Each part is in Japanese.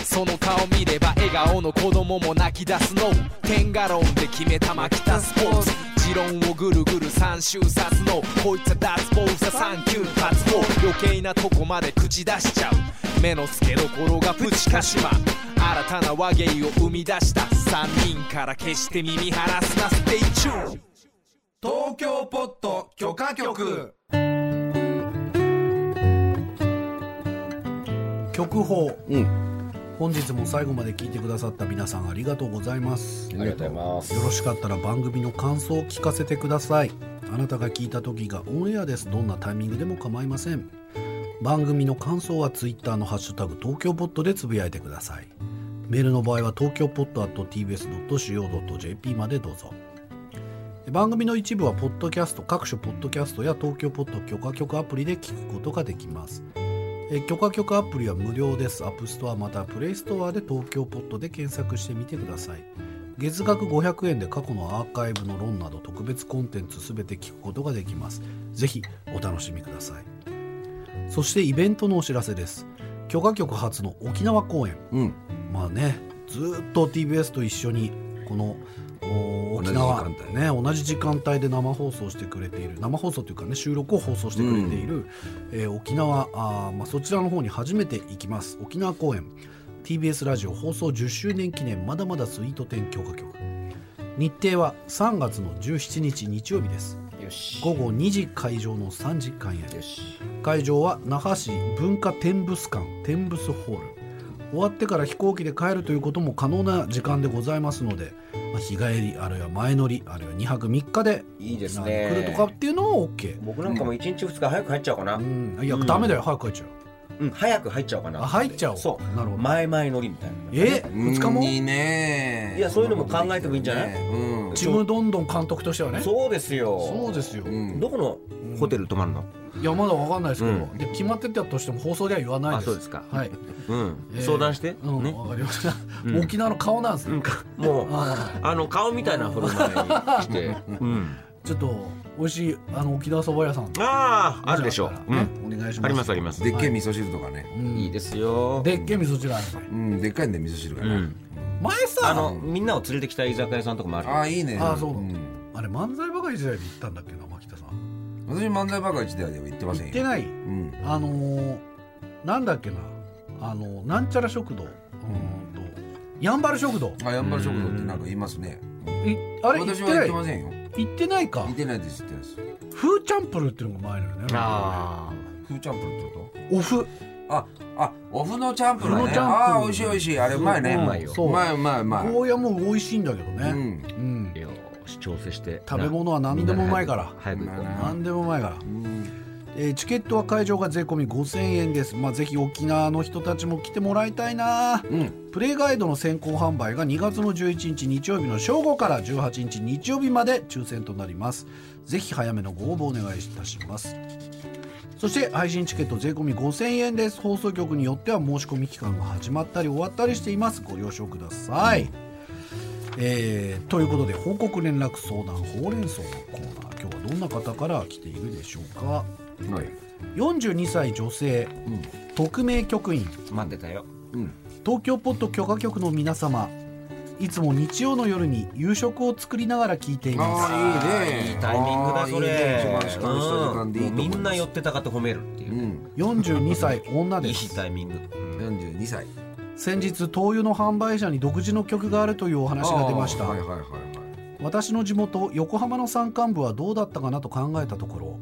その顔見れば笑顔の子供も泣き出すのテンガロンで決めた巻きたスポーツ持論をぐるぐる三周殺のこいつは脱帽さ三級発砲余計なとこまで口出しちゃう目の付けどころがプチカシマ新たな和芸を生み出した3人から決して耳離すなステイチューン東京ポット許可局曲法、うん本日も最後まで聞いてくださった皆さんありがとうございますありがとうございますよろしかったら番組の感想を聞かせてくださいあなたが聞いた時がオンエアですどんなタイミングでも構いません番組の感想は Twitter の「ハッシュタグ東京ポット」でつぶやいてくださいメールの場合は東京ポット .tbs.co.jp までどうぞ番組の一部はポッドキャスト各種ポッドキャストや東京ポッド許可局アプリで聞くことができますえー許可局アプリは無料ですアップストアまたはプレイストアで東京ポッドで検索してみてください月額500円で過去のアーカイブの論など特別コンテンツすべて聞くことができますぜひお楽しみくださいそしてイベントのお知らせです許可局初の沖縄公演うんまあねずーっと TBS と一緒にこのお同じ沖時間縄帯ね同じ時間帯で生放送してくれている生放送というかね収録を放送してくれている、えー沖縄あー、まあ、そちらの方に初めて行きます沖縄公演 TBS ラジオ放送10周年記念まだまだスイート10強化局日程は3月の17日日曜日ですよし午後2時会場の3時間へよし会場は那覇市文化天物館天物ホール終わってから飛行機で帰るということも可能な時間でございますので、まあ日帰りあるいは前乗りあるいは2泊3日でいいです沖縄ねに来るとかっていうのも OK 僕なんかも1日2日早く入っちゃおうかなうんいや、うんダメだよ早く帰っちゃううん早く入っちゃおうかなあ入っちゃおうそうなるほど前々乗りみたいなえ2日もいちねいやそういうのも考えてもいいんじゃない、うんむどんどん監督としてはねそうですよそうですよ、んどこのホテル泊まるの、いやまだわかんないですけど、うで決まってたとしても放送では言わないですあそうですかはい、うんえー相談して、うん、ねわかりました、うん沖縄の顔なんですうね、んかもうああの顔みたいな振る舞いにして、 うん、ーちょっと美味しいあの沖縄そば屋さんあああるでしもょしあったらう、ねうお願いしまん、すありますありまますでっけえ味噌汁とかね、す、うんいいですよでっけえ味噌汁あるんでうんでっかいんで味噌汁がうね、ん、前さあのみんなを連れてきた居酒屋さんとかもあるよああいいねあーそうなのんあれ漫才ばかり時代で行ったんだっけな牧田さん私漫才ばかり時代では言ってません行っよてないうんあのー、なんだっけなあのなんちゃら食堂うーんとやんばる食堂あやんばる食堂ってなんか言いますねいあれ行っ私ては行なっいてませんよ行ってないか行ってないですってやつフーチャンプルーっていうのが前のよねあフーチャンプルってこオフとああオフのチャンプルオフねのチャンプルああ美味しい美味しいあれうまいねうまいようまいうまいうまいゴーヤも美味しいんだけどうねんうんあよーし調整して食べ物は何でもうまいからな早く行こうななんでも前からうんえーチケットは会場が税込み5000円です、まあ、ぜひ沖縄の人たちも来てもらいたいなうんプレイガイドの先行販売が2月の11日日曜日の正午から18日日曜日まで抽選となりますぜひ早めのご応募お願いいたしますそして配信チケット税込み5000円です放送局によっては申し込み期間が始まったり終わったりしていますご了承ください、えーということで報告連絡相談ほうれん草のコーナー今日はどんな方から来ているでしょうかはい42歳女性、匿名局員待ってたよ東京ポッド許可局の皆様いつも日曜の夜に夕食を作りながら聞いていますあーいいねいいタイミングだそれあーいいね一番しっかりした時間でいいとうん思いますみんな寄ってたかって褒めるっていうう、ん42歳女いでいすタイミング、うん42歳先日灯油の販売者に独自の曲があるというお話が出ました、あーはいはいはいはい私の地元横浜の山間部はどうだったかなと考えたところ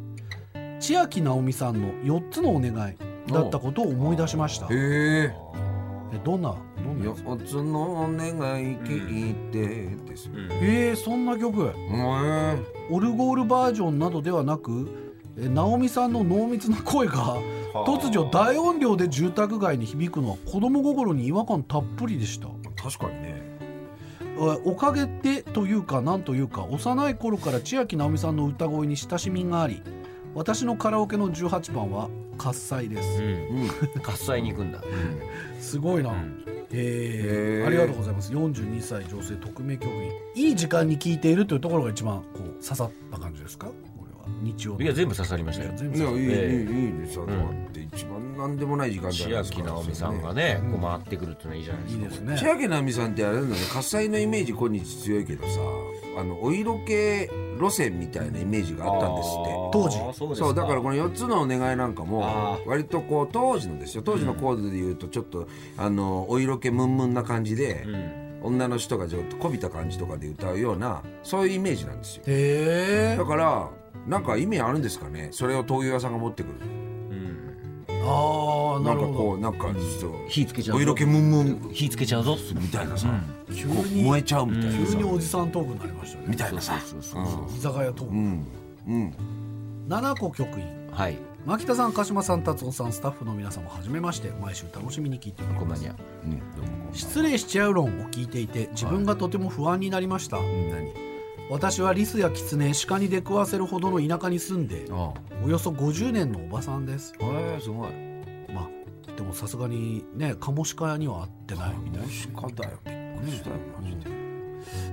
千秋直美さんの4つのお願いだったことを思い出しましたえへえどんなどんな四つのお願い聞いてですよ。うんえー、そんな曲うんへオルゴールバージョンなどではなくえ直美さんの濃密な声が突如大音量で住宅街に響くのは子供心に違和感たっぷりでしたえ確かにね。えおかげでというかなんというか幼い頃から千秋直美さんの歌声に親しみがあり私のカラオケの18番は喝采でうすんうん。喝采に行くんだ、すごいな、うんえへーーありがとうございます42歳女性特命局員いい時間に聴いているというところが一番こう刺さった感じですかこれは日曜いや全部刺さりましたよ全い部やいいいいいい えですよ、だって一番なんでもない時間じゃ千ないですか秋直美さんがね、こう回ってくるっていうのはいいじゃないですいいか。ですね千秋奈美さんってあれなんだね喝采のイメージ今日強いけどさあのお色気路線みたいなイメージがあったんですって当時あーそうですそうだからここの4つのお願いなんかあもー割とこう当時のですよ当時のコードで言うとちょっと、あのお色気ムンムンな感じで、女の人がちょっとこびた感じとかで歌うようなそういうイメージなんですよへえだからなんか意味あるんですかねそれを東洋屋さんが持ってくるああななんるかほこうなんかちょっ火つけちゃとうお色気ムンムン火つけちゃうぞみたいなさ、ど急こうに燃えちゃうみたいな急さ、におじさんトークになりましたねみたいなさそうそうそう居酒屋トーク、うんうん7個局員はい牧田さん鹿島さん達夫さんスタッフの皆様はじめまして毎週楽しみに聞いておりこんまばんすにゃ失礼しちゃう論を聞いていて自分がとても不安になりました、私はリスやキツネ鹿に出くわせるほどの田舎に住んであおよそ50年のおばさんですあえー、すごいまあでもさすがにねカモシカには合ってないみたいな鹿だよびっくりしたよマジで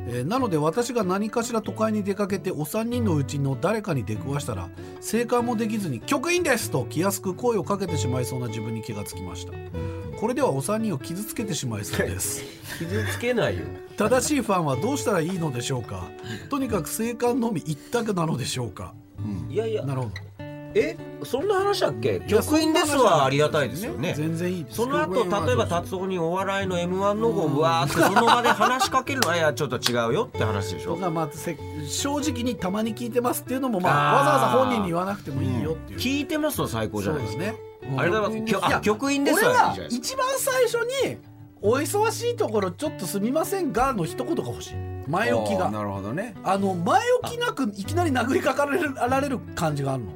えーなので私が何かしら都会に出かけてお三人のうちの誰かに出くわしたら生還もできずに「局員です!」と気安く声をかけてしまいそうな自分に気がつきましたこれではお三人を傷つけてしまいそうです 傷つけないよ正しいファンはどうしたらいいのでしょうかとにかく生還のみ一択なのでしょうかいやいやなるほどえそんな話だっけいや局員ですはありがたいですよね全然いいですその後例えば達夫にお笑いの m 1の方をわーってその場で話しかけるのはいやちょっと違うよって話でしとょかまあせ正直にたまに聞いてますっていうのも、まあ、わざわざ本人に言わなくてもいいよっていう、聞いてますと最高じゃないですかねありがとうございますきょあいや局員です俺はいいじゃらないですか一番最初に「お忙しいところちょっとすみませんが」の一言が欲しい前置きあーがなるほどねあの前置きなくいきなり殴りかかられるられる感じがあるの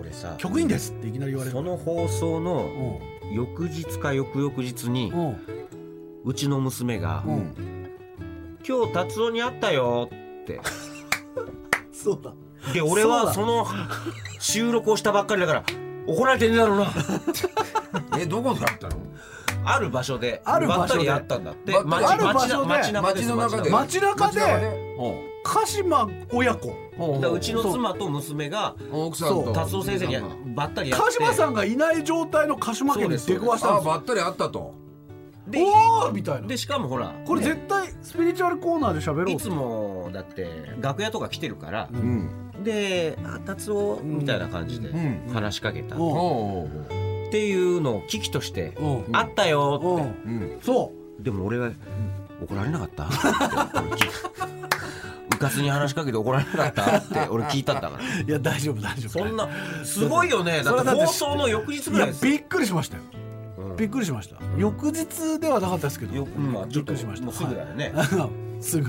俺さ「局員です」っていきなり言われるその放送の翌日か翌々日にうんうんうちの娘がうん「今日達夫に会ったよ」ってそうだ で俺はその収録をしたばっかりだから怒られてんだ ろうなえどこで会ったのある場所である場所でばったり会ったんだってばったり街ある場所で街な街街の中で街街中でおう鹿島親子おだうからうちの妻と娘が奥さんそとう達夫先生にあばったり会って鹿島さんがいない状態の鹿島家に出くわしたあんですよばったり会ったとでおーみたいなでしかもほらこれね絶対スピリチュアルコーナーで喋ろういつもだって楽屋とか来てるからううんで「あ達夫」みたいな感じでん話しかけたっうんおうおうていうのを危機としてうん「あったよ」うってんうんそうでも俺が怒られなかったって 俺聞いうかつに話しかけて怒られなかったって俺聞いたんだからいや大丈夫大丈夫そんなすごいよねだそれってだって放送の翌日ぐいらやいですよびっくりしましたよ、びっくりしました、翌日ではなかったですけどよまあちびょっくっとりしましたもうすぐだよね、はい すぐ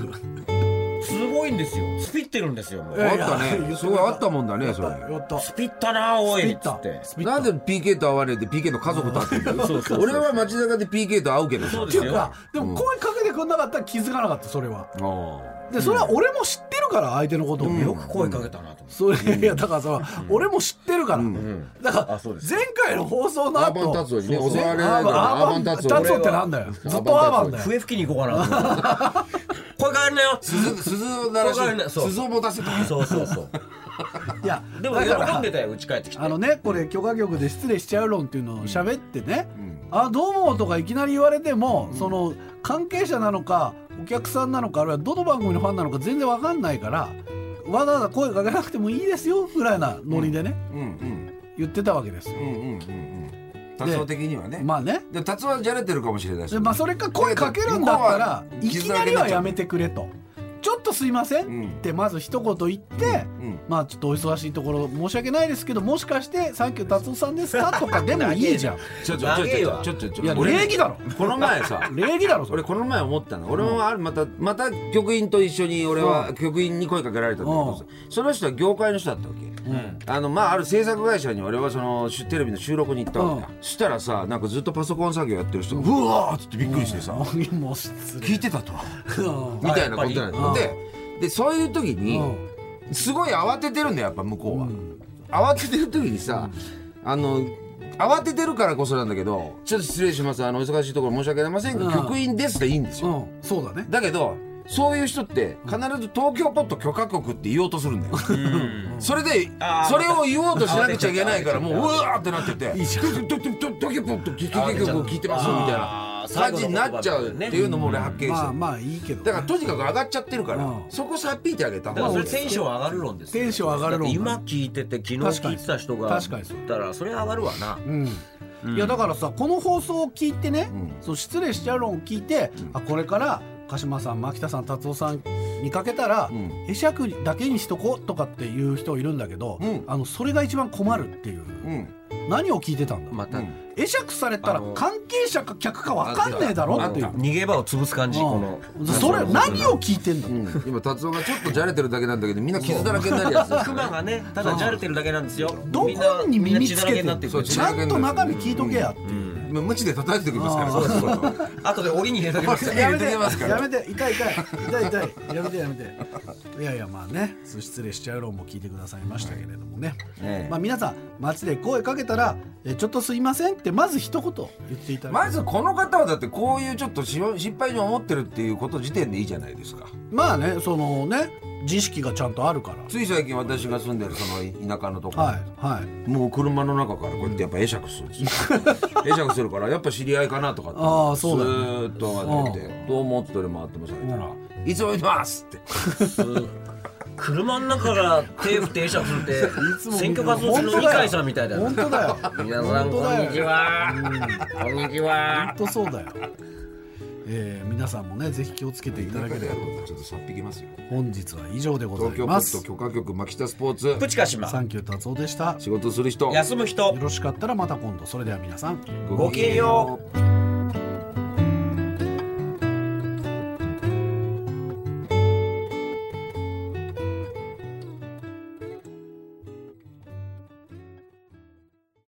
すごいんですよスピってるんですよもうあったいやいやねすごいあったもんだねそれやったスピったなおいっつスピったってスピったなんで PK と会われて PK の家族と会ってんだよそうそうそう俺は街中で PK と会うけどさそうでってすいうよかでも声かけてくんなかったら気づかなかったそれはおうでそれは俺も知ってるから相手のことを、よく声かけたなと思って、それいやだからその、俺も知ってるから、うんだからあそうです前回の放送のア後ーバン達夫にねそうそ襲うわれないからアーバンアーバン達夫達夫ってなんだよずっとアーバンだよ笛吹きに行こうか なと思って声かけんなよ鈴鈴を鳴らわかんないしそう鈴を持たせたそうそうそういやでもだから喜んでたようち帰ってきてあのねこれ許可局で失礼しちゃう論っていうのを喋ってね「あどうも」とかいきなり言われても、その関係者なのかお客さんなのかあるいはどの番組のファンなのか全然わかんないからわざわざ声かけなくてもいいですよぐらいなノリでね、うんうん言ってたわけですよう。んうんうんうん達夫的にはねまあねで達夫はじゃれてるかもしれないしでまあ、それか声かけるんだったら向こういはきなりはやめてくれと「ちょっとすいませ」うんんってまず一言言って。うんまあちょっとお忙しいところ申し訳ないですけどもしかして「サンキュー達夫さんです か?」とかでもいいじゃん。ちょちょ長えちわょちょちょちょいや俺ね礼儀だろこの前 さ礼儀だろそ俺れこの前思ったの俺もあるまたまた局員と一緒に俺は局員に声かけられたんだけどさその人は業界の人だったわけあのまあある制作会社に俺はそのしテレビの収録に行ったわけだそしたらさなんかずっとパソコン作業やってる人がうわーっつってびっくりしてさもう失聞礼いてたとはう んみたいなことなんだよあやっででそういう時にすごい慌ててるんだよやっぱ向こうは、慌ててる時にさ、あの慌ててるからこそなんだけどちょっと失礼しますあのお忙しいところ申し訳ありませんが、うん局員ですでいいんですうよ、んそうだねだけどそういう人って必ず東京ポット許可局って言おうとするんだよ。それであーそれを言おうとしなくちゃいけないから慌てもちゃううったわーってなってて「東京ポット許可局を聞いてます」みたいなあー感じになっちゃうっていうのも俺発見しまあた。まあいいけど、だからとにかく上がっちゃってるかうらんそこさっぴいてあげただから方そがれテンション上がる論ですよテンション上がる論だって今聞いてて昨日聞いてた人が確かにそうだからそれ上がるわなうんいやだからさこの放送を聞いてね、んそう失礼しちゃう論を聞いて、あこれから鹿島さん牧田さん達夫さん見かけたら、ん会釈だけにしとこうとかっていう人いるんだけど、うんあのそれが一番困るっていうう、ん何を聞いてたんだ、また、うん会釈されたらあの関係者か客か分かんねえだろっていうあ。逃げ場を潰す感じ、このうんそれ何を聞いてんだ、うん今達夫がちょっとじゃれてるだけなんだけどみんな傷だらけになるやつだクマがねただじゃれてるだけなんですよどこにみんな耳血つだらけけてにんなっのてくそうる血ちだらゃけになんとる中身聞いとけやっていう、今無知で叩いてきますからあーそうですそうです後で檻に入れときますからやめ入れてきますてからやめて痛い痛い痛い痛いやめてやめていやいやまあねそう失礼しちゃう論も聞いてくださいましたけれどもね、ええまあ皆さん街で声かけたら「えちょっとすいません」ってまず一言言っていただまきずこの方はだってこういうちょっとし失敗に思ってるっていうこと時点でいいじゃないですかまあねそのね知識がちゃんとあるからつい最近私が住んでるその田舎のところ、はいはいもう車の中からこうやってやっぱ会釈するんです よ会釈するからやっぱ知り合いかなとかってああそうだねずーっと上ってて「どうも」ってどれ回ってもされたら「いつもいます」って 車の中から手振って会釈するって選挙活動中の二本当だよ階さんみたいだよ本当だよ皆さん本当こだんよにちはこんにちは本当そうだよえー皆さんもねぜひ気をつけていただければちょっとさっぴきますよ本日は以上でござ東い京ポまットす許可局牧田スポーツプチカシマサンキュー達夫でした仕事する人休む人よろしかったらまた今度それでは皆さんごきげんようう